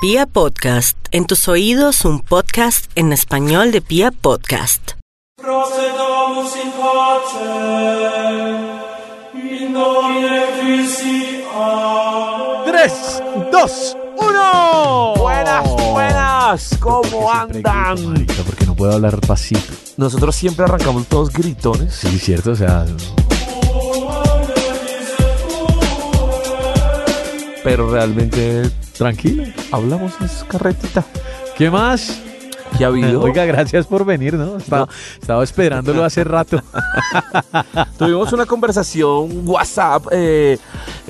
Pia Podcast, en tus oídos un podcast en español de Pia Podcast. Procedamus in pace, in nomine Christi, amen. 3, 2, 1. Buenas, buenas, ¿cómo andan? porque no puedo hablar pasito. Nosotros siempre arrancamos todos gritones. Sí, cierto, o sea, Pero realmente tranquilo. hablamos es carretita. ¿Qué más? ¿Qué ha habido? Oiga, gracias por venir, ¿no? Estaba, estaba esperándolo hace rato. tuvimos una conversación WhatsApp eh,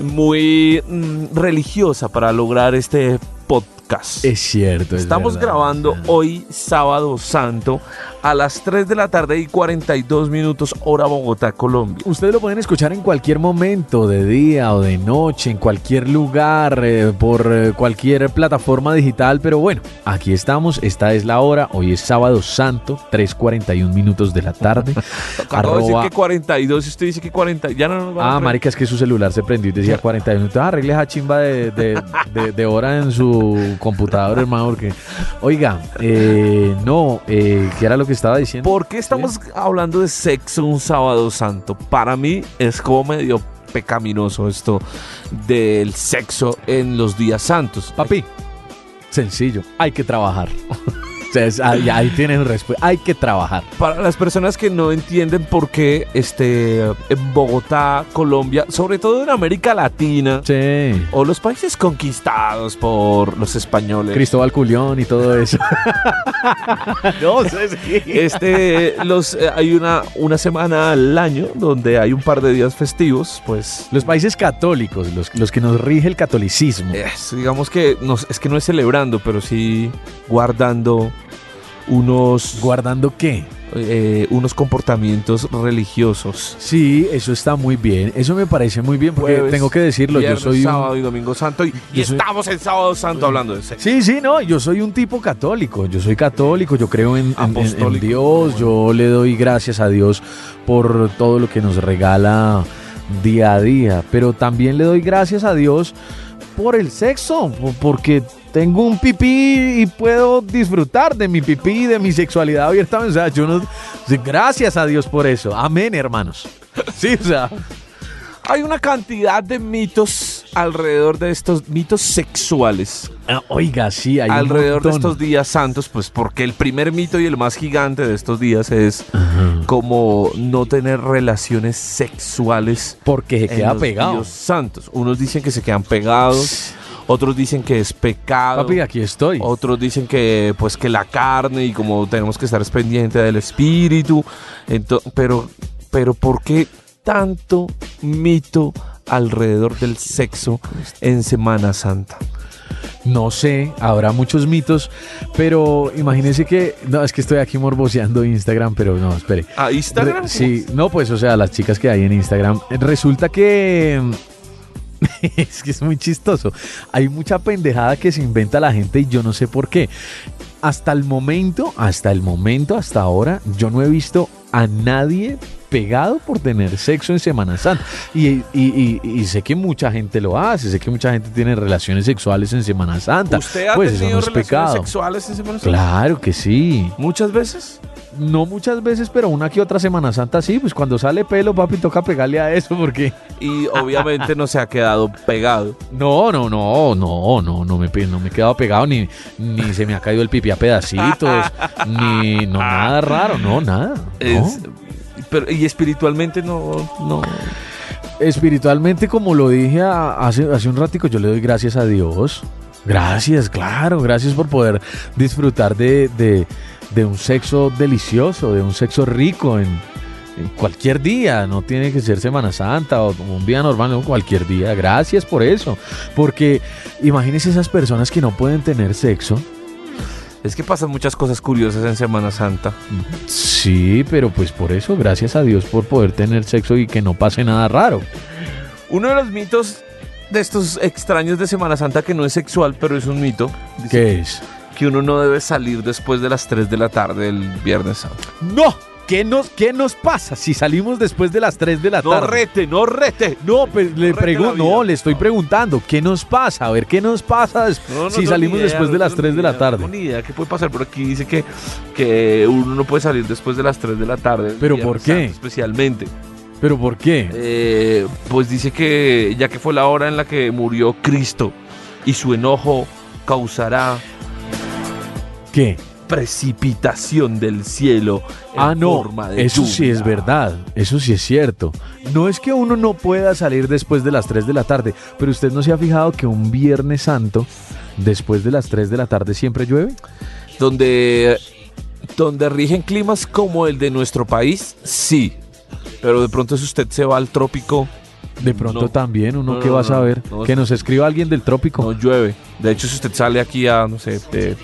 muy mm, religiosa para lograr este podcast. Es cierto. es Estamos verdad. grabando hoy sábado santo a las 3 de la tarde y 42 minutos hora Bogotá, Colombia. Ustedes lo pueden escuchar en cualquier momento, de día o de noche, en cualquier lugar, eh, por eh, cualquier plataforma digital. Pero bueno, aquí estamos. Esta es la hora. Hoy es sábado santo, 3.41 minutos de la tarde. Acabo de Arroba- decir que 42 y usted dice que 40. Ya no nos van a Ah, creer. marica, es que su celular se prendió y decía 40 minutos. Ah, arregle esa chimba de, de- de- de hora en su computador, hermano, porque... Oiga, eh, no, eh, ¿qué era lo que estaba diciendo? ¿Por qué estamos hablando de sexo un sábado santo? Para mí es como medio pecaminoso esto del sexo en los días santos. Papi, sencillo, hay que trabajar. O sea, es- ahí, ahí tienes un respuesta. Hay que trabajar. Para las personas que no entienden por qué este, en Bogotá, Colombia, sobre todo en América Latina, Sí. o los países conquistados por los españoles, Cristóbal Culión y todo eso. no, sí. este, los, eh, hay una, una semana al año donde hay un par de días festivos, pues Los países católicos, los, los que nos rige el catolicismo. Es, digamos que no, es que no es celebrando, pero sí guardando unos, ¿Guardando qué? eh, unos comportamientos religiosos. Sí, eso está muy bien. Eso me parece muy bien porque Jueves, tengo que decirlo, viernes, yo soy sábado un... y domingo santo y, y yo soy- estamos en sábado santo hablando de sexo. Sí, sí, no, yo soy un tipo católico, yo soy católico, yo creo en, en- en- en Apostólico. Dios, yo le doy gracias a Dios por todo lo que nos regala día a día, pero también le doy gracias a Dios por el sexo, po- porque tengo un pipí y puedo disfrutar de mi pipí, de mi sexualidad abierta, o sea, yo no... Gracias a Dios por eso, amén, hermanos. Sí, o sea... Hay una cantidad de mitos alrededor de estos mitos sexuales Ah, Oiga, sí, hay un alrededor de montón. estos días santos, pues porque el primer mito y el más gigante de estos días es como no tener relaciones sexuales Porque se en queda los pegado. días santos. Unos dicen que se quedan pegados, otros dicen que es pecado, Papi, aquí estoy. otros dicen que pues que la carne y como tenemos que estar pendiente del espíritu. Ento- pero pero ¿por qué tanto mito alrededor del sexo en Semana Santa? No sé, habrá muchos mitos, pero imagínense que. No, es que estoy aquí morboseando Instagram, pero no, espere. ¿A Instagram? Re- sí, no, pues, o sea, las chicas que hay en Instagram. Resulta que. es que es muy chistoso. Hay mucha pendejada que se inventa la gente y yo no sé por qué. Hasta el momento, hasta el momento, hasta ahora, yo no he visto a nadie pegado por tener sexo en Semana Santa. Y, y- y- y sé que mucha gente lo hace, sé que mucha gente tiene relaciones sexuales en Semana Santa. ¿Usted ha pues tenido eso no es relaciones pecado. sexuales en Semana Santa? Claro que sí. ¿Muchas veces? No muchas veces, pero una que otra Semana Santa sí, pues cuando sale pelo, papi, toca pegarle a eso porque... Y obviamente no se ha quedado pegado. No, no, no, no, no, no me, pe- no me he quedado pegado, ni, ni se me ha caído el pipi a pedacitos, ni no, nada raro, no, nada. no. Es- pero, y espiritualmente no, no. Espiritualmente, como lo dije a- hace, hace un ratico, yo le doy gracias a Dios. Gracias, claro, gracias por poder disfrutar de, de- de un sexo delicioso, de un sexo rico en, en cualquier día. No tiene que ser Semana Santa o un día normal, no, cualquier día. Gracias por eso. Porque imagínense esas personas que no pueden tener sexo. Es que pasan muchas cosas curiosas en Semana Santa. Sí, pero pues por eso, gracias a Dios por poder tener sexo y que no pase nada raro. Uno de los mitos de estos extraños de Semana Santa que no es sexual, pero es un mito, dice ¿Qué es? que uno no debe salir después de las 3 de la tarde del Viernes Santo. ¡No! ¿Qué nos, ¿Qué nos pasa si salimos después de las 3 de la No tarde? rete, no rete. No, pues le Correcta pregunto, la vida. no, le estoy preguntando, ¿qué nos pasa? A ver, ¿qué nos pasa des- No, no si tengo salimos ni idea, después no de las tengo 3 ni de la idea, tarde? No tengo ni idea qué puede pasar, pero aquí dice que, que uno no puede salir después de las 3 de la tarde. el ¿Pero Viernes por qué? Santo Especialmente. ¿Pero por qué? Eh, pues dice que ya que fue la hora en la que murió Cristo y su enojo causará ¿Qué? precipitación del cielo en Ah, no, forma de eso sí lluvia. es verdad, eso sí es cierto. No es que uno no pueda salir después de las 3 de la tarde, pero usted no se ha fijado que un Viernes Santo, después de las 3 de la tarde, siempre llueve. Donde, donde rigen climas como el de nuestro país, sí. Pero de pronto si usted se va al trópico, De pronto No. también, uno No, que no, va a no, saber, no. que nos escriba alguien del trópico. no llueve. De hecho, si usted sale aquí a, no sé, de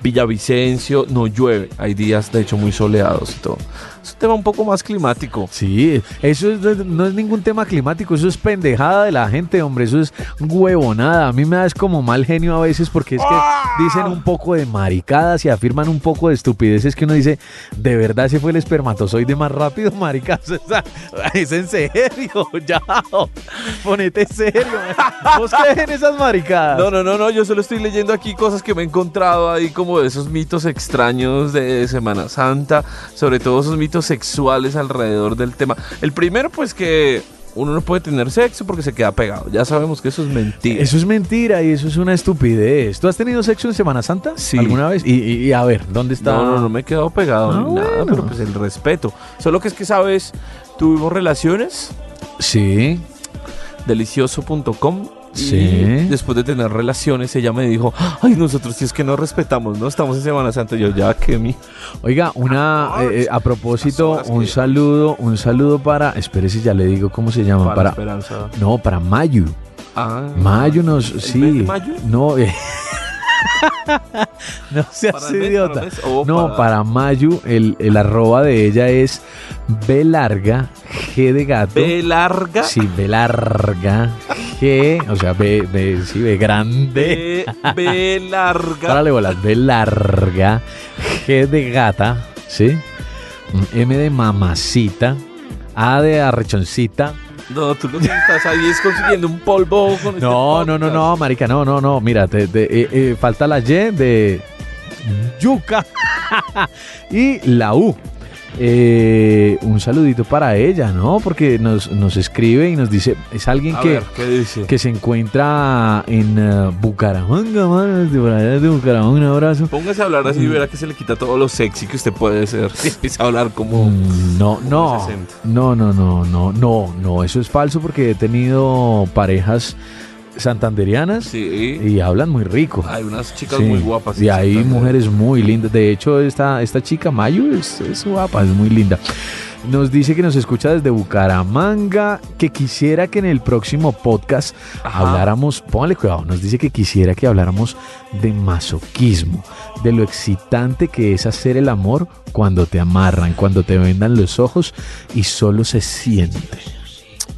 Villavicencio, no llueve. Hay días, de hecho, muy soleados y todo. Es un tema un poco más climático. Sí, eso es de- no es ningún tema climático, eso es pendejada de la gente, hombre, eso es huevonada. A mí me da es como mal genio a veces porque es ¡Ah! que dicen un poco de maricadas y afirman un poco de estupideces que uno dice, de verdad ese fue el espermatozoide más rápido, maricas. O sea, es en serio, ya, ponete serio. ¿Vos qué en esas maricadas? No, no, no, no, yo solo estoy leyendo aquí cosas que me he encontrado ahí como de esos mitos extraños de Semana Santa, sobre todo esos mitos sexuales alrededor del tema. El primero pues que uno no puede tener sexo porque se queda pegado, ya sabemos que eso es mentira. Eso es mentira y eso es una estupidez. ¿Tú has tenido sexo en Semana Santa? Sí. ¿Alguna vez? Y, y- y a ver, ¿dónde está? No, no, no me he quedado pegado Ah, ni nada, bueno. pero pues el respeto. Solo que es que sabes, tuvimos relaciones, Sí. delicioso.com. y Sí. después de tener relaciones, ella me dijo, ay, nosotros si es que no respetamos, ¿no? Estamos en Semana Santa. Y yo, ya que mi... Oiga, una Ah, eh, eh, a propósito, horas que- un saludo, un saludo para, espere si ya le digo cómo se llama, para, Esperanza. no, para Mayu. Ah. Mayu nos ¿El sí. mes de mayo? No. eh. no seas Para el mes, idiota. para el mes, o no, para, para- Mayu el, el arroba de ella es B larga G de gato. B larga. Sí, B larga G, o sea, B, B sí, B grande. B, B larga. Párale bolas, B larga, G de gata, ¿sí? M de mamacita, A de arrechoncita. No, tú lo que estás ahí es consiguiendo un polvo con este No, no, no, podcast. no, marica, no, no, no, mira, te- te- eh, eh, falta la Y de yuca y la U. Eh, un saludito para ella, ¿no? Porque nos, nos escribe y nos dice, es alguien A que... ver, ¿qué dice? Que se encuentra en eh, Bucaramanga, mano, desde por allá de Bucaramanga, un abrazo. Póngase a hablar Mm. así y verá que se le quita todo lo sexy que usted puede ser. Si empieza a hablar como. Mm, No, como no, 60. no, no, no, no, no, no, eso es falso porque he tenido parejas santanderianas Sí. y hablan muy rico. Hay unas chicas Sí, muy guapas. Y hay exactamente. mujeres muy lindas. De hecho, esta, esta chica Mayu es, es guapa, es muy linda. Nos dice que nos escucha desde Bucaramanga, que quisiera que en el próximo podcast Ajá. habláramos, póngale cuidado, nos dice que quisiera que habláramos de masoquismo, de lo excitante que es hacer el amor cuando te amarran, cuando te vendan los ojos y solo se siente.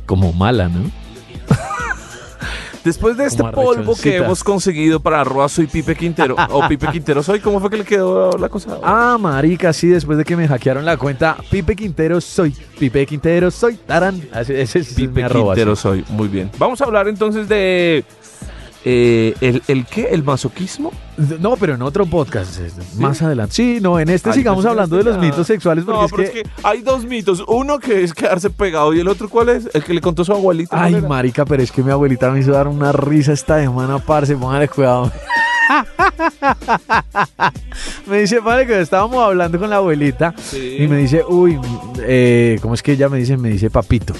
Como mala, ¿no? Después de este Como polvo que arrechoncita. hemos conseguido para Roazo y Pipe Quintero. o Pipe Quintero soy, ¿cómo fue que le quedó la cosa? Ah, marica, sí, después de que me hackearon la cuenta, Pipe Quintero soy, Pipe Quintero soy, tarán. Así- Ese, ese es mi Pipe arroba, Quintero sí. soy. Muy bien. Vamos a hablar entonces de. eh, el, ¿El qué? ¿El masoquismo? No, pero en otro podcast, es- más adelante. Sí, no, en este Ay, sigamos pensé que hablando no de los tenía- mitos sexuales porque Ah. No, es, pero que, es que hay dos mitos. Uno que es quedarse pegado y el otro, ¿cuál es? El que le contó su abuelita. ¿cuál Ay, era? marica, pero es que mi abuelita me hizo dar una risa esta semana, parce, póngale cuidado. me dice, padre, que estábamos hablando con la abuelita Sí. y me dice, uy, eh, ¿cómo es que ella me dice? Me dice, papito,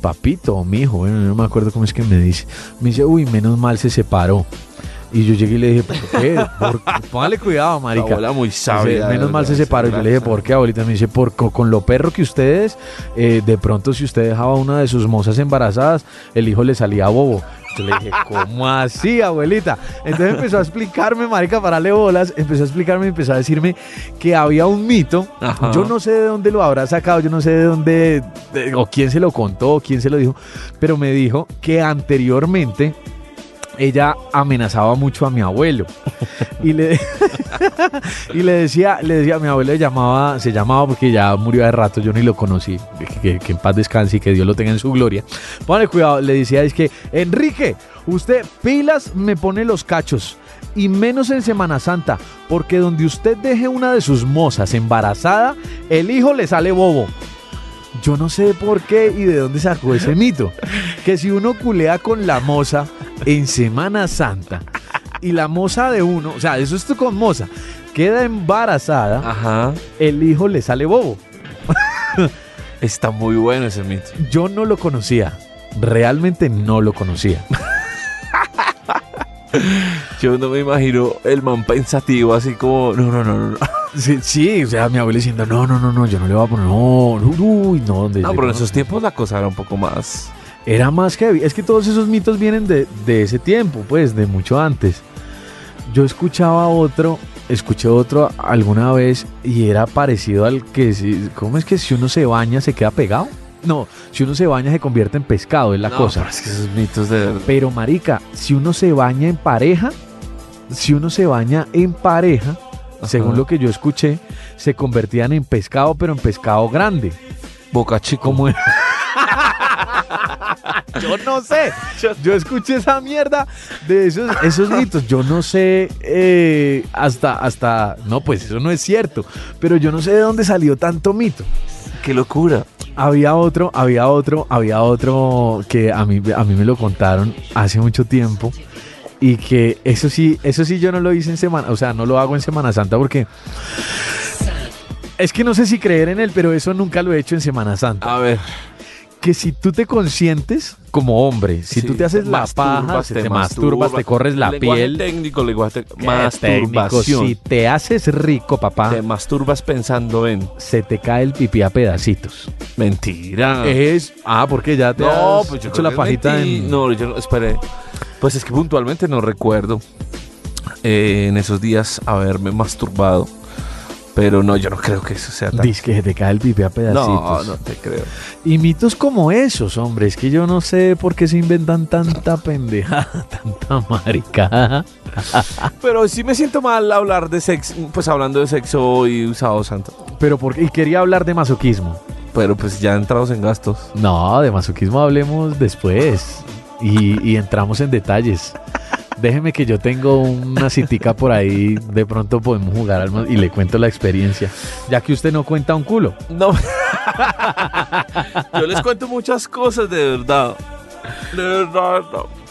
papito o mi hijo, bueno, no me acuerdo cómo es que me dice. Me dice, uy, menos mal se separó. Y yo llegué y le dije, ¿por qué? Por- póngale cuidado, La marica. abuela muy Dice, sabia. de menos mal verdad, se separó. Yo le dije, ¿por qué, abuelita? Me dice, por, co- con lo perro que ustedes, eh, de pronto si usted dejaba a una de sus mozas embarazadas, el hijo le salía bobo. Yo le dije, ¿cómo así, abuelita? Entonces empezó a explicarme, marica, parale bolas, empezó a explicarme, empezó a decirme que había un mito. Ajá. Yo no sé de dónde lo habrá sacado, yo no sé de dónde, de- o quién se lo contó, o quién se lo dijo, pero me dijo que anteriormente ella amenazaba mucho a mi abuelo y le, y le decía, le decía, mi abuelo llamaba, se llamaba porque ya murió de rato, yo ni lo conocí, que, que- que en paz descanse y que Dios lo tenga en su gloria. Póngale cuidado, le decía, es que, Enrique, usted pilas me pone los cachos. Y menos en Semana Santa, porque donde usted deje una de sus mozas embarazada, el hijo le sale bobo. Yo no sé por qué y de dónde sacó ese mito. Que si uno culea con la moza en Semana Santa y la moza de uno, o sea, eso es tú con moza, queda Ah. embarazada, Ajá. el hijo le sale bobo. Está muy bueno ese mito. Yo no lo conocía. Realmente no lo conocía. Yo no me imagino el man pensativo así como, no, no, no, no, no. Sí, sí, o sea, mi abuela diciendo, no, no, no, no, yo no le voy a poner, no, no, uy, no, ¿dónde No, llegó?". pero en esos tiempos la cosa era un poco más. Era más heavy. Es que todos esos mitos vienen de, de ese tiempo, pues, de mucho antes. Yo escuchaba otro, escuché otro alguna vez y era parecido al que, si- ¿cómo es que si uno se baña se queda pegado? No, si uno se baña se convierte en pescado, es la No, cosa. pero es que esos mitos de. Pero marica, si uno se baña en pareja, si uno se baña en pareja, Ajá. según lo que yo escuché, se convertían en pescado, pero en pescado grande. Boca chico. Como Yo no sé. Yo escuché esa mierda de esos, esos mitos. Yo no sé eh, hasta, hasta. No, pues eso no es cierto. Pero yo no sé de dónde salió tanto mito. Qué locura. Había otro, había otro, había otro que a mí, a mí me lo contaron hace mucho tiempo. Y que eso sí, eso sí yo no lo hice en Semana, o sea, no lo hago en Semana Santa porque. Es que no sé si creer en él, pero eso nunca lo he hecho en Semana Santa. A ver. Que si tú te consientes como hombre, si sí, tú te haces la masturbas, paja, si te, masturbas, masturba- te corres la lenguaje piel. técnico, lenguaje te- Qué técnico, masturbación. Si te haces rico, papá, Te masturbas pensando en se te cae el pipí a pedacitos. mentira. Es. Ah, porque ya te no, has pues yo hecho creo la que pajita mentí. en. No, yo no, esperé. Pues es que puntualmente no recuerdo eh, en esos días haberme masturbado. Pero no, yo no creo que eso sea tan. Dice pues. que se te cae el pipí a no, pedacitos. no te creo. Y mitos como esos, hombre. Es que yo no sé por qué se inventan tanta pendejada, tanta maricada. Pero sí me siento mal hablar de sexo, pues hablando de sexo hoy, sábado santo. Pero porque. Y quería hablar de masoquismo. Pero pues ya entrados en gastos. No, de masoquismo hablemos después. Y, y entramos en detalles. Déjeme que yo tengo una citica por ahí. De pronto podemos jugar al ma- y le cuento la experiencia. Ya que usted no cuenta un culo. No. Yo les cuento muchas cosas de verdad. De verdad, no.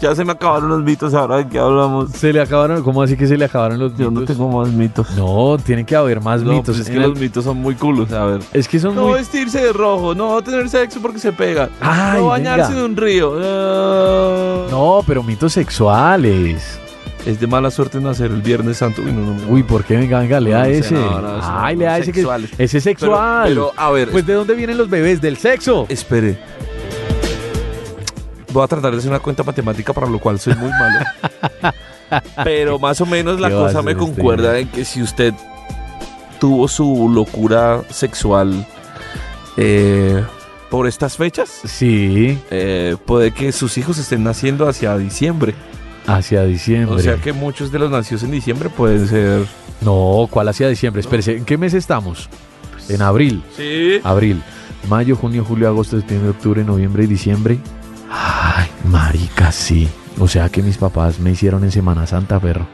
Ya se me acabaron los mitos ahora de que hablamos. Se le acabaron. ¿Cómo así que se le acabaron los Yo no mitos? tengo más mitos. No, tiene que haber más No, mitos. pues es que En los el- mitos son muy culos, a ver. es que son No muy... vestirse de rojo, no tener sexo porque se pega, Ay, no bañarse venga. en un río. ah. No, pero mitos sexuales. Es de mala suerte nacer el Viernes Santo. Uy, no, no, no. Uy, ¿por qué? Venga, venga, lea No, no sé, ese. no, no, eso Ay, no, lea ese que... sexuales. Ese es Pero- sexual. Pero, a ver, pues, ¿de dónde vienen los bebés? ¿Del sexo? Espere. Voy a tratar de hacer una cuenta matemática para lo cual soy muy malo. Pero más o menos la ¿Qué va a cosa hacer me este concuerda hombre? en que si usted tuvo su locura sexual eh, por estas fechas, Sí, eh, puede que sus hijos estén naciendo hacia diciembre. hacia diciembre. O sea que muchos de los nacidos en diciembre pueden ser... No, ¿cuál hacia diciembre? Espérese, ¿en qué mes estamos? En abril. Sí. Abril. Mayo, junio, julio, agosto, septiembre, octubre, noviembre y diciembre. Ay, marica, sí. O sea que mis papás me hicieron en Semana Santa, perro.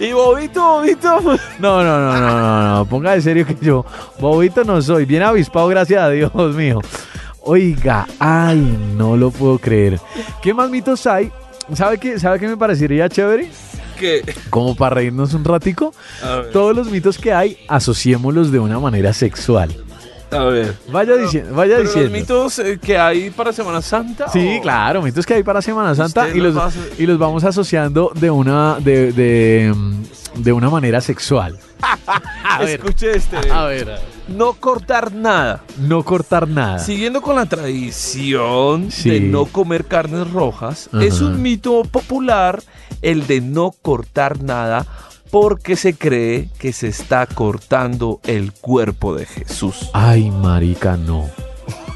Y Bobito, Bobito. No, no, no, no, no, no. Ponga de serio que yo bobito no soy. Bien avispado, gracias a Dios mío. Oiga, ay, no lo puedo creer. ¿Qué más mitos hay? ¿Sabe qué, ¿Sabe qué me parecería chévere? Que... Como para reírnos un ratico. A ver, Todos los mitos que hay, asociémoslos de una manera sexual. a ver. Vaya diciendo, vaya Pero diciendo. los mitos eh, que hay para Semana Santa. Sí, ¿o? claro, mitos que hay para Semana Santa Usted y los, los va a hacer- y los vamos asociando de una, de, de, mm, de una manera sexual. A ver, Escuche este. a ver. No cortar nada. No cortar nada. Siguiendo con la tradición Ah. Sí. de no comer carnes rojas, es Ajá. un mito popular el de no cortar nada porque se cree que se está cortando el cuerpo Ah, de Jesús. Ay, marica, no.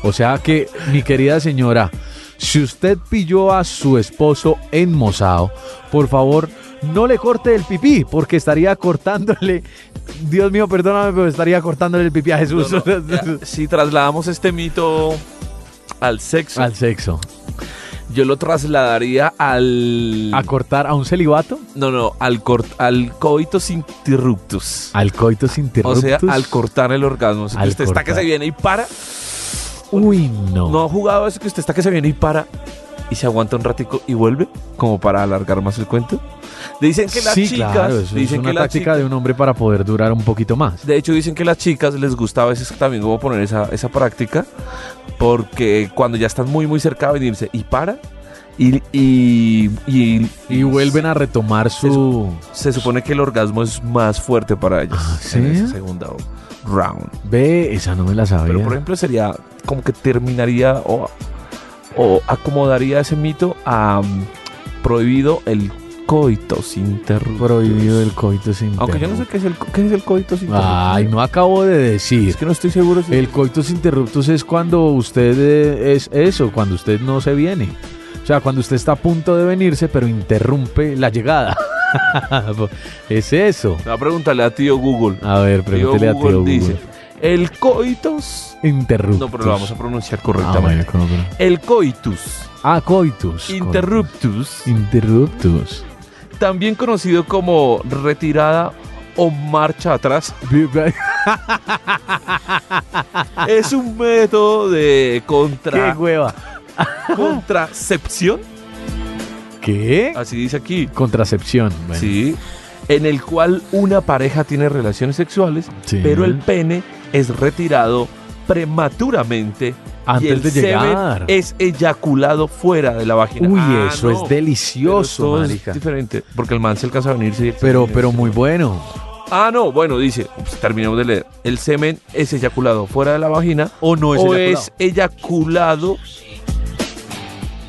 O sea que, mi querida señora, Si usted pilló a su esposo en mozao, por favor, no le corte el pipí, porque estaría cortándole. Dios mío, perdóname, pero estaría cortándole el pipí a Jesús. Si trasladamos este mito al sexo, Al sexo. yo lo trasladaría al. ¿A cortar a un celibato? no, no, al, cort, al coitus interruptus. Al coitus O interruptus. sea, al cortar el orgasmo. Así que Al usted está cortar. que se viene y para. Uy, no. No ha jugado eso que usted está que se viene y para. Y se aguanta un ratico y vuelve, como para alargar más el cuento. Dicen que las sí, chicas. claro, eso dicen es una que las táctica chicas- de un hombre para poder durar un poquito más. De hecho, dicen que las chicas les gusta a veces también como poner esa, esa práctica, porque cuando ya están muy, muy cerca de venirse y para, y, y, y- Y vuelven a retomar su... se supone que el orgasmo es más fuerte para ellas Ah, ¿sí? en ese segundo round. Ve, esa no me la sabía. Pero, por ejemplo, sería como que terminaría o, o acomodaría ese mito a mm, prohibido el coitus interruptus. Prohibido el coitus Aunque yo no sé interruptus. qué es el, co- qué es el coitus interruptus. Ay, no acabo de decir. Es que no estoy seguro si... El coitus interruptus es cuando usted eh, es eso, cuando usted no se viene. O sea, cuando usted está a punto de venirse, pero interrumpe la llegada. es eso. Te voy a preguntarle a tío Google. A ver, Ah, pregúntele a tío Google Google. dice, el coitus... Interruptus. No, pero lo vamos a pronunciar Ah, bueno, correctamente. ¿cómo, cómo? El coitus Ah, coitus. coitus. interruptus, Interruptus. también conocido como retirada o marcha atrás, es un método de ¡Qué contra, hueva! contracepción, ¿Qué? así dice aquí, Contracepción. bueno, sí, en el cual una pareja tiene relaciones sexuales, sí. pero el pene es retirado prematuramente y el Antes de semen llegar. es eyaculado fuera de la vagina. Uy, Ah, eso no. es Pero delicioso, esto es marica. diferente, porque el man se alcanza a venirse. y- Pero, pero muy bueno. Ah, no, bueno, dice, pues, terminemos de leer. El semen es eyaculado fuera de la vagina ¿O no o es eyaculado...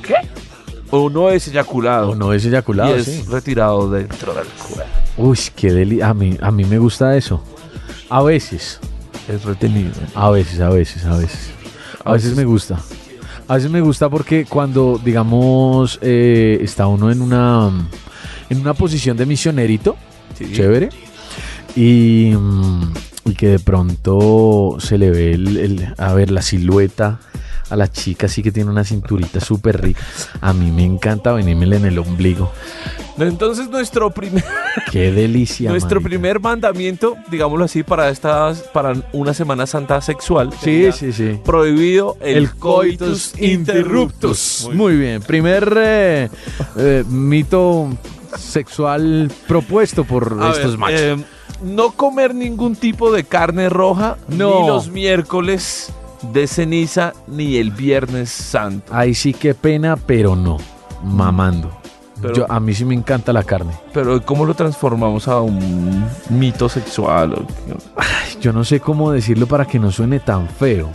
¿Qué? O no es eyaculado. O no es y eyaculado, es sí. retirado dentro del cuerpo. Uy, qué deli. A mí, a mí me gusta eso. A veces, Es retenido. a veces, a veces, a veces. A veces me gusta. A veces me gusta porque cuando, digamos, eh, está uno en una, en una posición de misionerito, Sí. chévere. Y, mm, y que de pronto se le ve el, el- a ver la silueta a la chica, así que tiene una cinturita súper rica. A mí me encanta venírmela en el ombligo. Entonces nuestro primer... Qué delicia. Nuestro marica. primer mandamiento, digámoslo así, para estas, para una semana santa sexual. Sí, sería sí, sí. Prohibido el, coitus interruptus. Muy, bien. Primer eh, eh, mito sexual propuesto por A estos ver, machos. eh, no comer ningún tipo de carne roja, No. ni los miércoles de ceniza, ni el viernes santo. Ahí sí que pena, pero no. Mamando. Pero- Yo- a mí sí me encanta la carne. Pero ¿cómo lo transformamos a un mito sexual? o qué? Yo no sé cómo decirlo para que no suene tan feo.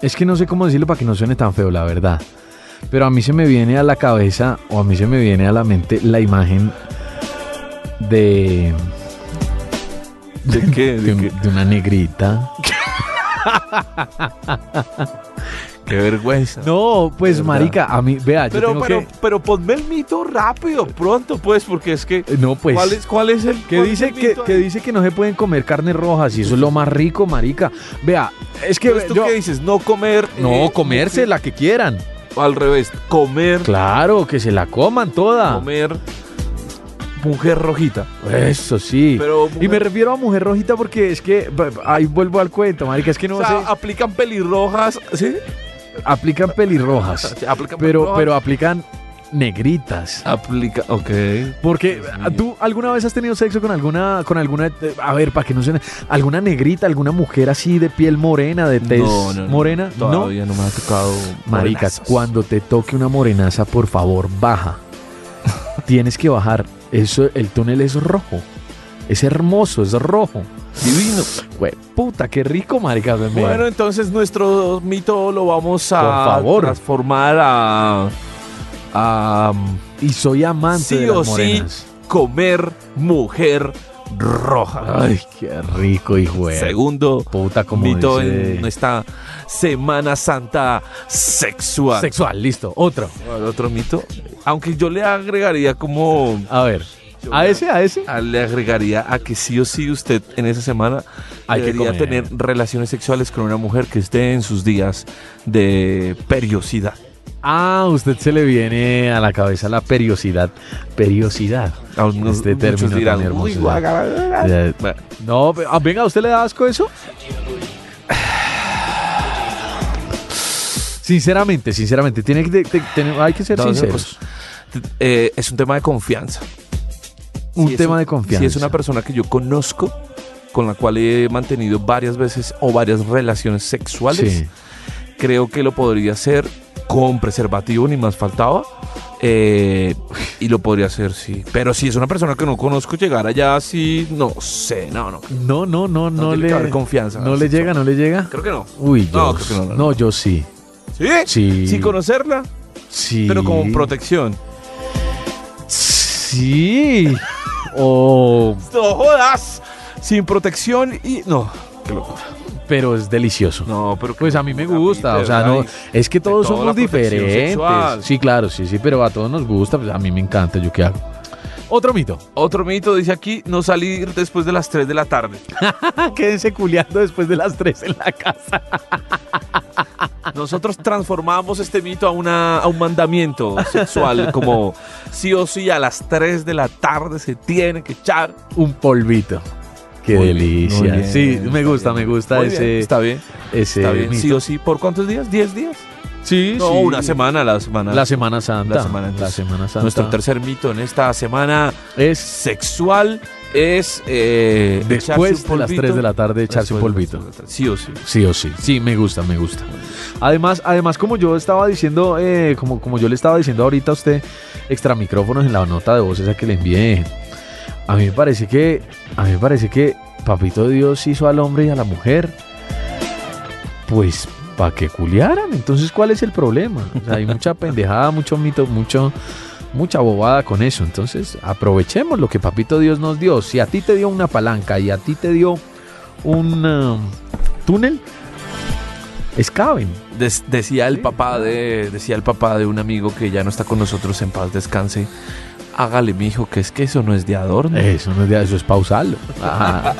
Es que no sé cómo decirlo para que no suene tan feo, la verdad. Pero a mí se me viene a la cabeza o a mí se me viene a la mente la imagen de, ¿De qué? de, ¿De un- qué? de una negrita. Qué vergüenza. No, pues verdad. marica, a mí, vea, yo pero, tengo pero, que... pero ponme el mito rápido, pronto, pues, porque es que... No, pues. ¿Cuál es, cuál es el Que cuál es dice el que, mito que ahí? dice que no se pueden comer carnes rojas y eso es lo más rico, marica. Vea, es que Entonces, ¿Tú yo- qué dices? No comer. eh, no comerse la que quieran. Al revés, comer. Claro, que se la coman toda. Comer. Mujer rojita. Eso sí. Pero Y me mujer- refiero a mujer rojita porque es que b- b- ahí vuelvo al cuento, marica, es que o no sea, ah, sé, aplican pelirrojas. ¿Sí? aplican pelirrojas, Sí, Aplican pero pero pelirrojas. aplican negritas. Aplica. Ok. Porque ah, Dios mío. tú alguna vez has tenido sexo con alguna con alguna eh, a ver, para que no suene, alguna negrita, alguna mujer así de piel morena, de tez No, no, no. morena? no. Todavía no, me ha tocado. Maricas, morenazos. cuando te toque una morenaza, por favor, baja. Tienes que bajar. Eso, el túnel es rojo. Es hermoso, es rojo. Divino. Güey, puta, qué rico, marica. me- me- Bueno, entonces nuestro mito lo vamos a Por favor. transformar a. a y soy amante Sí de las o sí. morenas. comer mujer roja. Ay, qué rico, hijo de Segundo puta, como mito dice- en esta Semana Santa sexual. Sexual, listo, otro. El otro mito, aunque yo le agregaría como A ver, a ese, a ese. a- Ah, le agregaría a que sí o sí usted en esa semana Hay que debería comer. tener relaciones sexuales con una mujer que esté en sus días de periosidad. Ah, usted se le viene a la cabeza la periosidad. Periosidad. A unos- Este muchos término dirán, tan hermoso. "Uy, guaca". Ya- Bueno, No, pe- ah, venga, ¿a usted le da asco eso? Sinceramente, sinceramente, tiene que, te- te- ten- hay que ser no, no, sinceros. pues, t- eh, es un tema de confianza. Si un pues, es tema de confianza. Si es una persona que yo conozco, con la cual he mantenido varias veces o varias relaciones sexuales, Sí. creo que lo podría hacer con preservativo, ni más faltaba. eh, y lo podría hacer, sí. Pero si es una persona que no conozco, llegar allá así, no sé, no, no. No, no, no, no, tiene que le. haber confianza. No le llega, no le llega. Creo que no. Uy, yo. No, No, creo que no, no, yo sí. ¿Sí? Sí. Sin conocerla, Sí. pero con protección. Sí. O. ¡No jodas! Sin protección y. No, qué locura. pero es delicioso. No, pero. qué Pues a mí me locura, gusta, o Peter, sea, no, ay. es que todos toda la somos protección diferentes. sexual. Sí, claro, sí, sí, pero a todos nos gusta, pues a mí me encanta, yo qué hago. Otro mito. Otro mito dice aquí: no salir después de las 3 de la tarde. Ah, Quédense culeando después de las 3 en la casa. Nosotros transformamos este mito a, una, a un mandamiento sexual, como sí o sí a las 3 de la tarde se tiene que echar. Un polvito. Qué Muy bien, delicia. muy bien, sí, me está gusta, bien. me gusta Muy ese. bien, está bien, ese está bien. mito. Sí o sí, ¿por cuántos días? ¿10 días? Sí, No, sí. una semana, la semana. La Semana Santa. La Semana, La entonces, Semana Santa. Nuestro tercer mito en esta semana es sexual es eh, después echarse de un las polvito. 3 de la tarde echarse un Después de las polvito. tres de la tarde, Sí o sí. Sí o sí, sí, me gusta, me gusta. Además, además como yo estaba diciendo, eh, como, como yo le estaba diciendo ahorita a usted, extra micrófonos en la nota de voz esa que le envié. A mí me parece que, a mí me parece que Papito Dios hizo al hombre y a la mujer, pues para que culiaran. Entonces, ¿cuál es el problema? O sea, hay mucha pendejada, mucho mito, mucho, mucha bobada con eso. Entonces, aprovechemos lo que Papito Dios nos dio. Si a ti te dio una palanca y a ti te dio un um, túnel, escaben. Des- decía el Sí. papá de decía el papá de un amigo que ya no está con nosotros en paz descanse hágale mijo que es que eso no es de adorno Eso no es de eso, es pausarlo. Ajá.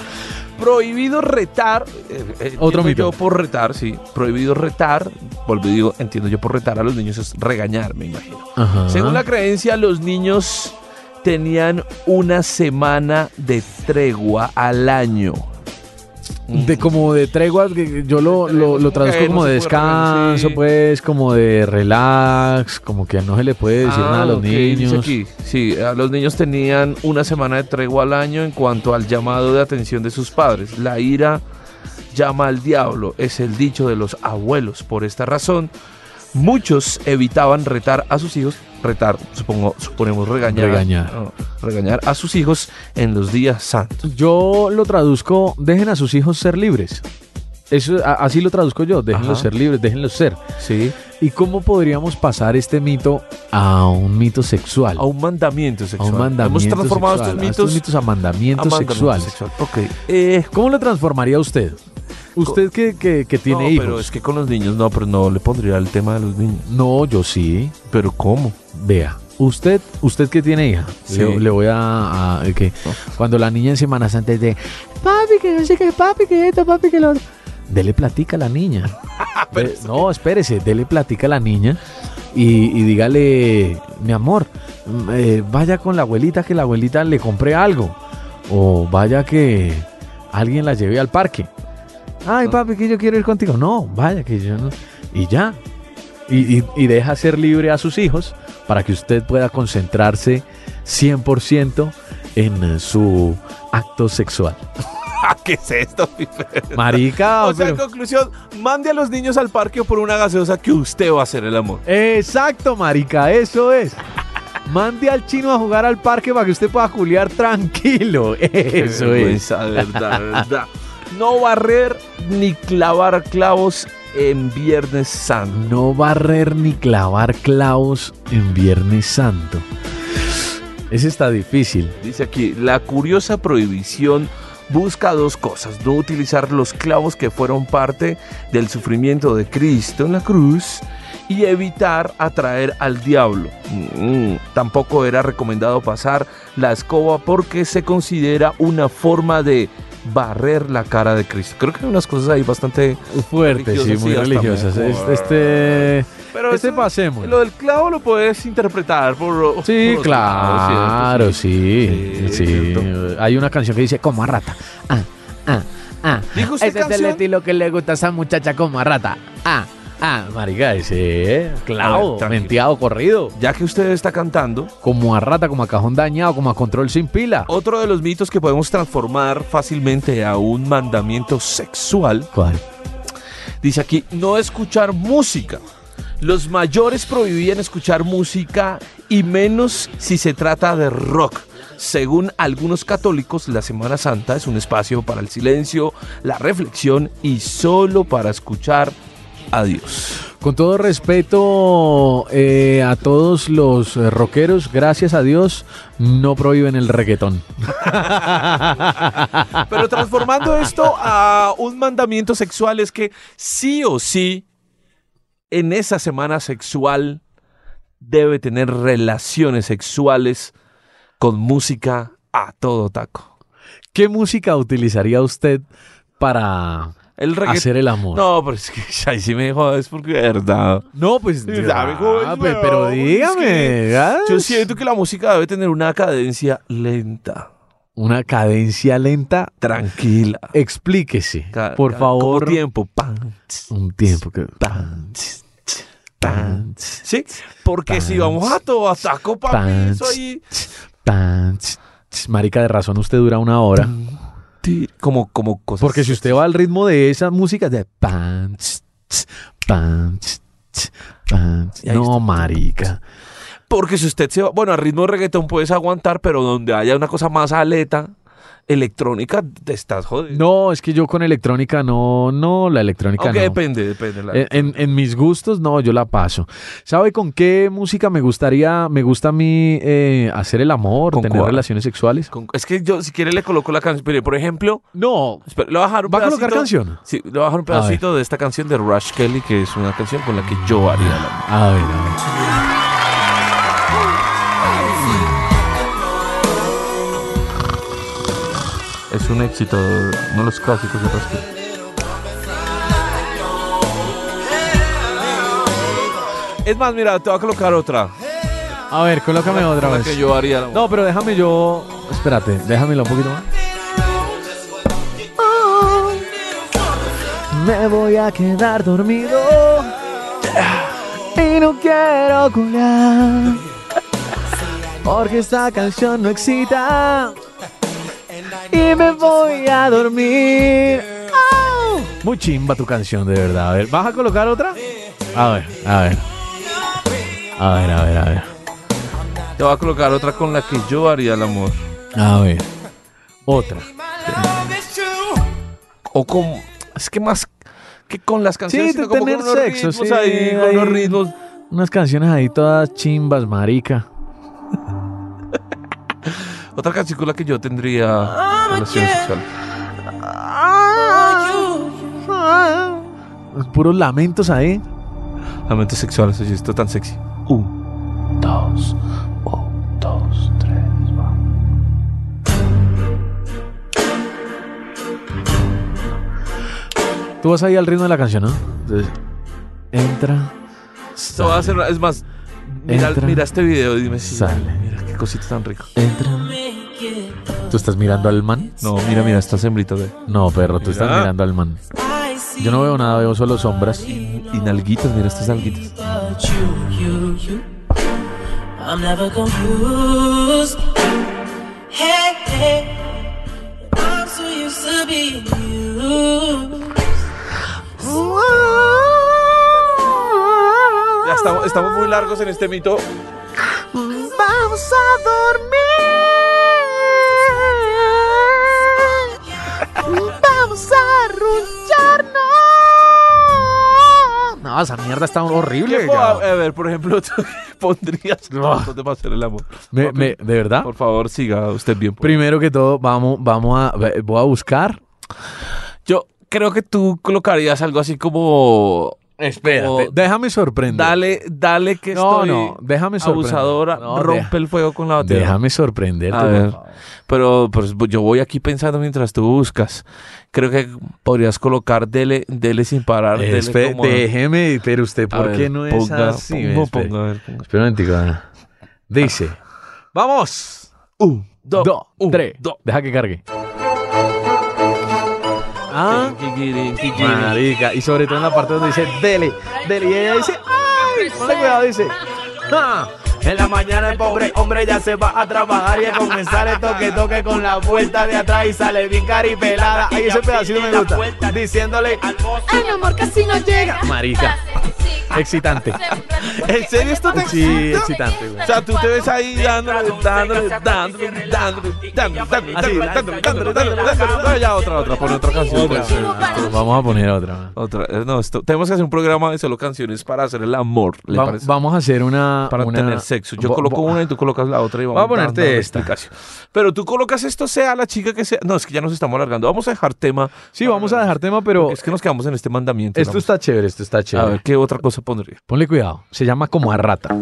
prohibido retar eh, eh, entiendo Otro mito. yo por retar sí prohibido retar volví digo entiendo yo por retar a los niños es regañar me imagino Ajá. según la creencia los niños tenían una semana de tregua al año de como de treguas, que yo lo, lo, lo traduzco Ok, como no de se puede regañar, descanso, sí. pues, como de relax, como que no se le puede decir Ah, nada a los ok, dice niños. aquí, sí, a los niños tenían una semana de tregua al año en cuanto al llamado de atención de sus padres. La ira llama al diablo, es el dicho de los abuelos. Por esta razón, muchos evitaban retar a sus hijos, retar, supongo, suponemos regañar, Regañar. no, regañar a sus hijos en los días santos. Yo lo traduzco, dejen a sus hijos ser libres. Eso, a- así lo traduzco yo, déjenlos Ajá. ser libres, déjenlos ser. Sí, ¿Y cómo podríamos pasar este mito a un mito sexual? a un mandamiento A sexual. un mandamiento Hemos transformado sexual, estos a mitos, a mandamientos a mandamiento sexuales. sexual. Ok, eh, ¿Cómo lo transformaría usted? Usted que, que- que tiene no, hijos. pero es que con los niños no, pero no le pondría el tema de los niños. No, yo sí. ¿Pero cómo? Vea, usted, usted que tiene hija, Sí. le, le voy a, a- que cuando la niña en Semana Santa dice, papi que no sé qué, papi que esto, papi que lo otro", dele platica a la niña. De- no, espérese, dele platica a la niña y, y dígale, mi amor, mm, eh, vaya con la abuelita que la abuelita le compré algo o vaya que alguien la lleve al parque. Ay, papi, que yo quiero ir contigo. No, vaya que yo no. Y ya. Y, y- y deja ser libre a sus hijos para que usted pueda concentrarse 100% en eh, su acto sexual. ¿Qué es esto? Marica, o sea, en Ah, pero- conclusión, mande a los niños al parque o por una gaseosa que usted va a hacer el amor. Exacto, marica, eso es. Mande al chino a jugar al parque para que usted pueda juliar tranquilo. Eso es. Vergüenza, de verdad, de verdad. No barrer ni clavar clavos en Viernes Santo. No barrer ni clavar clavos en Viernes Santo. Ese está difícil. Dice aquí, la curiosa prohibición busca dos cosas, no utilizar los clavos que fueron parte del sufrimiento de Cristo en la cruz y evitar atraer al diablo. Mm, tampoco era recomendado pasar la escoba porque se considera una forma de barrer la cara de Cristo. Creo que hay unas cosas ahí bastante... Fuerte, sí, Religiosas, muy sí, hasta religiosas. mejor. Este, este, Pero este eso- pasemos. Lo del clavo lo puedes interpretar por... Sí, por otro lado, claro, ¿cierto? sí. Sí, sí. cierto. Hay una canción que dice como a rata. Ah, ah, ah. ¿Dijo usted Ese es el canción? estilo que le gusta a esa muchacha como a rata. Ah, ah. Marica, ese eh, A clavo, ver, tranquilo. menteado, corrido. Ya que usted está cantando, Como a rata, como a cajón dañado, como a control sin pila. Otro de los mitos que podemos transformar fácilmente a un mandamiento sexual, ¿Cuál? dice aquí, no escuchar música. Los mayores prohibían escuchar música y menos si se trata de rock. Según algunos católicos, la Semana Santa es un espacio para el silencio, la reflexión y solo para escuchar a Dios. Con todo respeto eh, a todos los eh, rockeros, gracias a Dios, no prohíben el reggaetón. Pero transformando esto a un mandamiento sexual es que sí o sí, en esa semana sexual, debe tener relaciones sexuales con música a todo taco. ¿Qué música utilizaría usted para El regga- hacer el amor? No, pero es que ahí sí me jodes porque de verdad. No, pues. Sí, sabe, ah, joven, pe- weón, pero es dígame. que ¿gas? Yo siento que la música debe tener una cadencia lenta, Una cadencia lenta. tranquila. Explíquese, Ca- por ca- favor. Como tiempo. Pan, tss, Un tiempo que. pan, tss, tss, pan. Sí, porque si vamos a todo a saco papi, Pants. soy Tan, ts, ts. Marica, de razón, usted dura una hora. ti- como como cosas. Porque si usted va al ritmo de esa música de pan, ts, ts, pan, ts, ts, pan, ts. Y ahí No, usted- marica. porque si usted se va, bueno, al ritmo de reggaetón puedes aguantar, pero donde haya una cosa más aleta electrónica te estás jodiendo. No, es que yo con electrónica no, no, la electrónica Aunque no. depende, depende la- En, en- en mis gustos, no, yo la paso. ¿Sabe con qué música me gustaría, me gusta a mí eh, hacer el amor, ¿Con tener cuál? relaciones sexuales? con- es que yo si quiere le coloco la canción, Mire, por ejemplo, No. espera, le voy a dejar un ¿Va a pedacito- colocar canción? Sí, le voy a dejar un ver. pedacito de esta canción de Rush Kelly que es una canción con la que Ah, yo haría el amor. A ver, a Es un éxito, uno de los clásicos de Rush Kelly. Es más, mira, te voy a colocar otra. ver. A ver, colócame otra con la vez. que yo haría el amor. No, pero déjame yo. Espérate, déjamelo un poquito más. Ah, Me voy a quedar dormido. Y no quiero curar. Porque esta canción no excita. Y me voy a dormir. Oh. Muy chimba tu canción, de verdad. A ver, ¿vas a colocar otra? A ver, a ver. A ver, a ver, a ver. Te voy a colocar otra con la que yo haría el amor. A ver. Otra. O con. Es que más que con las canciones. Sí, sino de como tener con unos sexo, ritmos sí, ahí, con unos ahí. ritmos. Unas canciones ahí todas chimbas, marica. Otra canción con la que yo tendría relación sexual. Puros lamentos ahí. Lamento sexual, eso sí, esto tan sexy. Uh, Un, dos, un, dos, tres, va. Tú vas ahí al ritmo de la canción, ¿no? Entonces, entra, Esto va a ser- es más, mira, Entra. mira este video y dime si. Sale. Mira qué cosita tan rica. entra. ¿Tú estás mirando al man? No, mira, mira, esta sembrita de. No, perro, tú estás Mira. mirando al man. Yo no veo nada, veo solo sombras. Y nalguitas, mira estas nalguitas. But you, you, you. I'm never confused. Hey, hey. I'm so used to being you. Ya estamos, estamos muy largos en este mito. Vamos a dormir. Vamos a arrullarnos. No, No, esa mierda está horrible. ¿Qué puedo- cabrón. a ver, por ejemplo, ¿tú qué pondrías No. ¿Dónde va a hacer el amor? Ah. Me- Papi, me- ¿De verdad? Por favor, siga usted bien. pues. por- Primero que todo, vamos, vamos a, voy a buscar. Yo creo que tú colocarías algo así como... Espérate, como, déjame Oh, sorprender. dale, dale que No, estoy no, déjame sorprender. abusadora, No, rompe deja- el fuego con la batería. Déjame Eh, sorprenderte. A por ver. favor. Pero pues, yo voy aquí pensando mientras tú buscas. Creo que podrías colocar dele, dele sin parar. dele Espe- como- déjeme, pero usted, A ¿por ver, qué no es ponga- así? ponga- Espe- ponga, a ver, ponga. Espera un momentico, ah. Dice: ¡Vamos! Un, Dos, dos, un, tres. dos. Deja que cargue. Ah, Tiquiri, tiquiri. marica. Y sobre todo en la parte donde dice: Dele, dele. Y ella dice: ¡Ay! Dale cuidado, dice. ¡Ah! En la mañana el pobre hombre ya se va a trabajar y a comenzar el toque toque con la vuelta de atrás y sale bien caripelada. Ahí ese pedacito me gusta. Diciéndole: Ay, mi amor, casi no llega. Marica. Excitante. ¿En serio esto te Sí, excitante, güey. O sea, tú te ves ahí dándole, dándole, dándole, dándole, dándole, dándole, Así, dándole, dándole, dándole, dándole. No, ya otra, otra, pon otra canción. pues. Pero Vamos a poner otra. Otra, eh, no, esto, tenemos que hacer un programa de solo canciones para hacer el amor, ¿le Va- parece? vamos a hacer una. para una- tener sexo. Yo Bo- coloco bo- una y tú colocas la otra y vamos Voy a ponerte dando esta. explicación. Pero tú colocas esto sea la chica que sea. No, es que ya nos estamos alargando. Vamos a dejar tema. Sí, vamos a dejar tema, pero Porque es que nos quedamos en este mandamiento. esto digamos. está chévere, esto está A chévere. ver, ¿qué otra cosa pondría? Ponle cuidado. Se llama como a rata.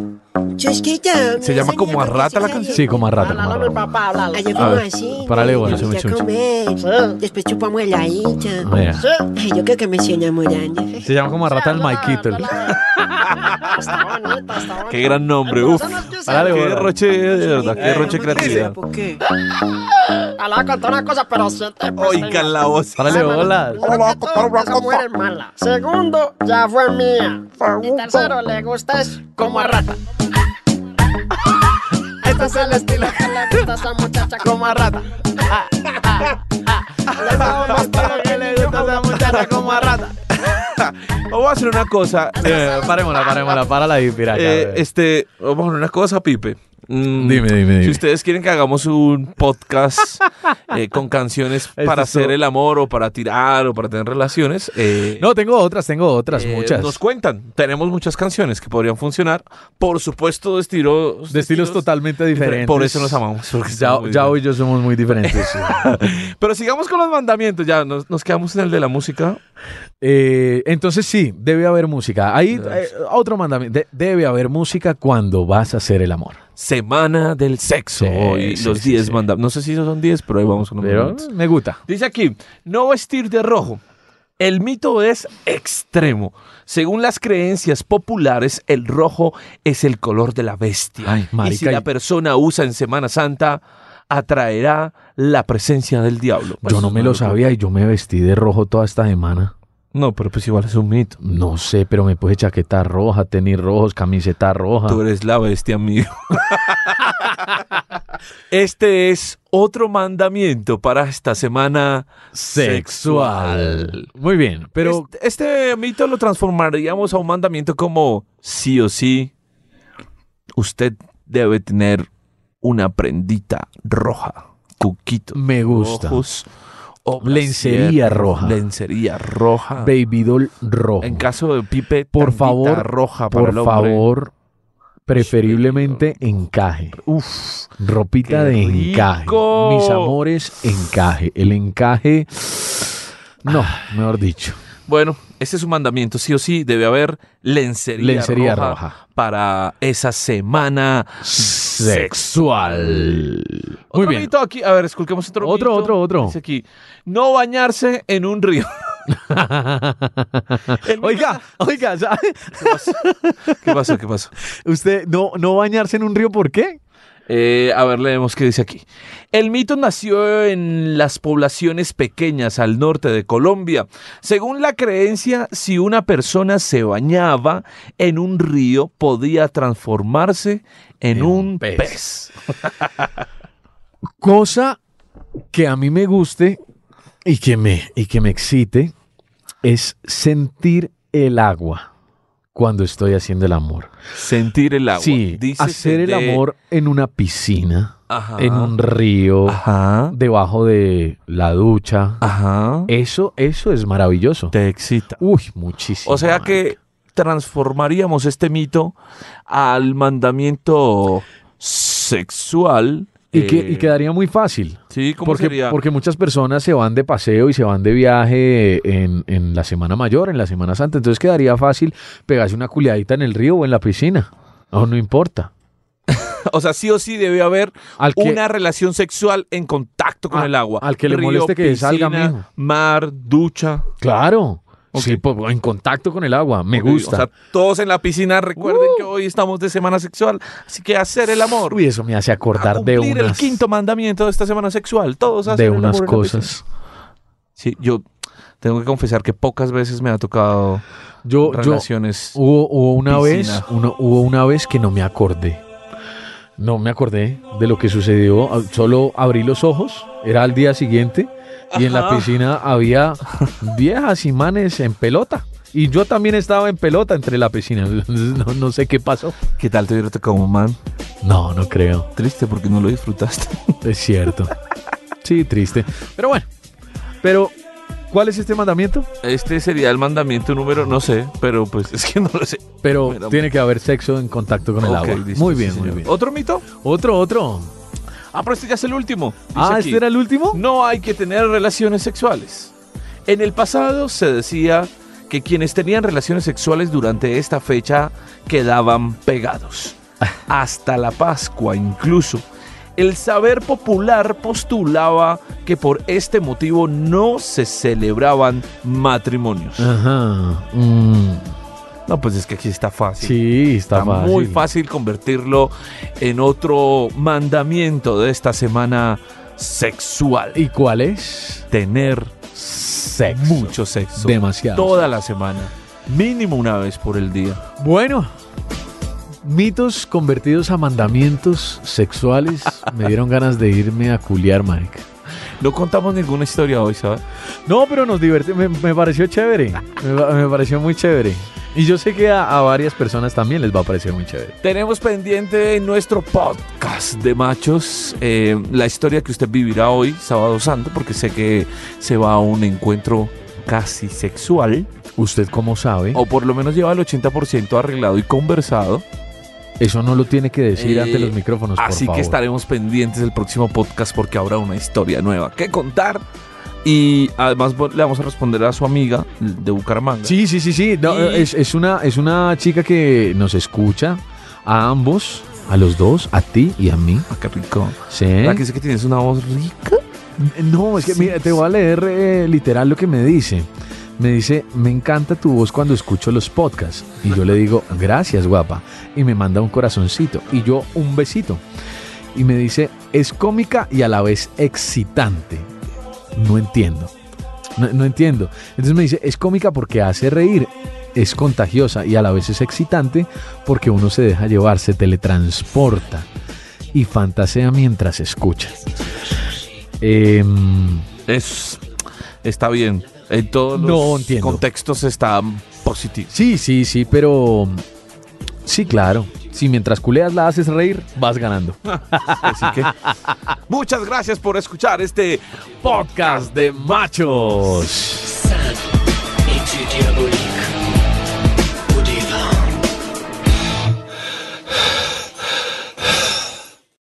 Chusquita. Ah, ¿Se llama como a rata la canción? Ah, Sí, como a rata. como a rata. Ay, yo como así. Párale, eh, bueno, me gusta chumi, comer. Después chupamos heladita. Ah, Mira. Ay, yo creo que me estoy enamorando. Se llama como a rata el Maikito. Qué gran nombre, uf. Párale, Qué bueno. roche, de verdad, qué roche creatividad. ¿Por qué? A la contar una cosa, pero siente. Oigan la voz. Párale, bolas. Esa mujer es mala. Segundo, ya fue mía. Y tercero, le gusta es como a rata. Este es el estilo que le gusta a esa muchacha como a rata. Ah, ah, ah. Ya sabemos todo lo que le gusta a esa muchacha como a rata. Vamos a hacer una cosa. Eh, parémosla, parémosla, párala ahí, piraca. Eh, este, vamos a poner una cosa, Pipe. Mm, Dime, dime, dime. Si ustedes quieren que hagamos un podcast eh, con canciones Esto para es todo. hacer el amor o para tirar o para tener relaciones, eh, no, tengo otras, tengo otras, eh, muchas. nos cuentan. Tenemos muchas canciones que podrían funcionar. Por supuesto, de estilos. De estilos totalmente diferentes. Por eso nos amamos. porque Ya, somos muy ya hoy yo somos muy diferentes. sí. diferentes. Pero sigamos con los mandamientos. Ya nos, nos quedamos en el de la música. Eh, entonces sí, debe haber música. Ahí Entonces- eh, otro mandamiento. De- debe haber música cuando vas a hacer el amor. Semana del sexo. Sí, hoy, sí, los sí, 10 sí. mandamientos. No sé si esos son 10, pero ahí vamos con los Pero mandamientos. me gusta. Dice aquí, no vestir de rojo. El mito es extremo. Según las creencias populares, el rojo es el color de la bestia. Ay, y si marica, la y- persona usa en Semana Santa, atraerá la presencia del diablo. Pues, Yo no me lo sabía y yo me vestí de rojo toda esta semana. No, pero pues igual es un mito. No sé, pero me puse chaqueta roja, tenis rojos, camiseta roja. Tú eres la bestia, amigo. este es otro mandamiento para esta semana sexual. Muy bien, Pero pero este, este mito lo transformaríamos a un mandamiento como sí o sí, usted debe tener una prendita roja, cuquitos me gusta. rojos, o Lencería brasier, roja. lencería roja. Baby doll rojo. En caso de Pipe, por tandita favor, roja para por el hombre. favor, preferiblemente encaje. Uf, Ropita Qué de encaje. rico. Mis amores, encaje. El encaje. No, mejor dicho. bueno, ese es un mandamiento, sí o sí debe haber lencería, Lencería roja, roja. para esa semana Sexual. Muy Otro bien. mito aquí. A ver, esculquemos otro Otro, mito. otro, otro. Dice aquí, no bañarse en un río. El mito- oiga, oiga, ¿sabe? ¿Qué pasó? ¿Qué pasó? ¿usted no, no bañarse en un río por qué? Eh, a ver, leemos qué dice aquí. El mito nació en las poblaciones pequeñas al norte de Colombia. Según la creencia, si una persona se bañaba en un río, podía transformarse en, En un pez. pez. Cosa que a mí me guste y que me, y que me excite es sentir el agua cuando estoy haciendo el amor. Sentir el agua. sí, Dícese hacer el de- amor en una piscina, Ajá. en un río, Ajá. debajo de la ducha. Ajá. Eso, eso es maravilloso. Te excita. Uy, muchísimo. O sea marica. que transformaríamos este mito al mandamiento sexual. Y, que, y eh, quedaría muy fácil. Sí, ¿cómo porque, sería? porque muchas personas se van de paseo y se van de viaje en, en la Semana Mayor, en la Semana Santa. Entonces quedaría fácil pegarse una culiadita en el río o en la piscina. No, no importa. O sea, sí o sí debe haber Al que- una relación sexual en contacto con A- el agua. al que le moleste que salga, mijo. mar, ducha. Claro. Ok. Sí, po- en contacto con el agua. Me Ok, gusta. Uh. O sea, todos en la piscina recuerden que hoy estamos de semana sexual, así que hacer el amor. Uy, eso me hace a acordar de cumplir el unas, quinto mandamiento de esta semana sexual. Todos hacen de el amor unas en la piscina. cosas. Sí, yo tengo que confesar que pocas veces me ha tocado Oh, Yo, yo, relaciones. Hubo, hubo una Piscina. vez, uno- hubo una vez que no me acordé. No me acordé de lo que sucedió. Ah, Solo abrí los ojos, era al día siguiente, y en la Ajá. piscina había viejas y manes en pelota. Y yo también estaba en pelota entre la piscina. No, no sé qué pasó. ¿Qué tal te hubiera tocado un man? No, no creo. Triste porque no lo disfrutaste. Es cierto. Sí, triste. Pero bueno. Pero, ¿cuál es este mandamiento? Este sería el mandamiento número, no sé, pero pues es que no lo sé. Pero Pero- tiene que haber sexo en contacto con el Ok, agua. listo, Muy sí, bien, muy señor. bien. ¿Otro mito? Otro, otro. Ah, pero este ya es el último. Dice Ah, aquí, ¿este era el último? No hay que tener relaciones sexuales. En el pasado se decía que quienes tenían relaciones sexuales durante esta fecha quedaban pegados. Hasta la Pascua incluso. El saber popular postulaba que por este motivo no se celebraban matrimonios. Ah. Ajá. mm, No, pues es que aquí está fácil. sí, está, Está muy fácil. fácil convertirlo en otro mandamiento de esta semana sexual. ¿Y cuál es? tener Sexo. mucho sexo. Demasiado. Toda la semana. Mínimo una vez por el día. Bueno, mitos convertidos a mandamientos sexuales me dieron ganas de irme a culiar, Mike. No contamos ninguna historia hoy, ¿sabes? No, pero nos divertí, me, me pareció chévere. Me, pa- me pareció muy chévere. Y yo sé que a, a varias personas también les va a parecer muy chévere. Tenemos pendiente en nuestro podcast de machos eh, la historia que usted vivirá hoy, sábado santo, porque sé que se va a un encuentro casi sexual, Usted, como sabe, o por lo menos lleva el 80% arreglado y conversado. eso no lo tiene que decir Eh, ante los micrófonos. Pues, por Así que favor. estaremos pendientes del próximo podcast porque habrá una historia nueva que contar. Y además vo- le vamos a responder a su amiga de Bucaramanga. Sí, sí, sí, sí. No, Y- es, es una, es una chica que nos escucha a ambos, a los dos, a ti y a mí. Ah, qué rico. Sí. La que dice que tienes una voz rica. No, es que Sí, mira, te voy a leer eh, literal lo que me dice. Me dice, me encanta tu voz cuando escucho los podcasts. Y yo le digo, gracias guapa. Y me manda un corazoncito. Y yo un besito. Y me dice, es cómica y a la vez excitante. No entiendo. No, no entiendo. Entonces me dice, es cómica porque hace reír. Es contagiosa y a la vez es excitante porque uno se deja llevar, se teletransporta y fantasea mientras escucha. Em, Es, está bien. En todos los No entiendo. contextos está positivo. sí, sí, sí, pero sí, claro. Si mientras culeas la haces reír, vas ganando. Así que muchas gracias por escuchar este podcast de machos. Sun,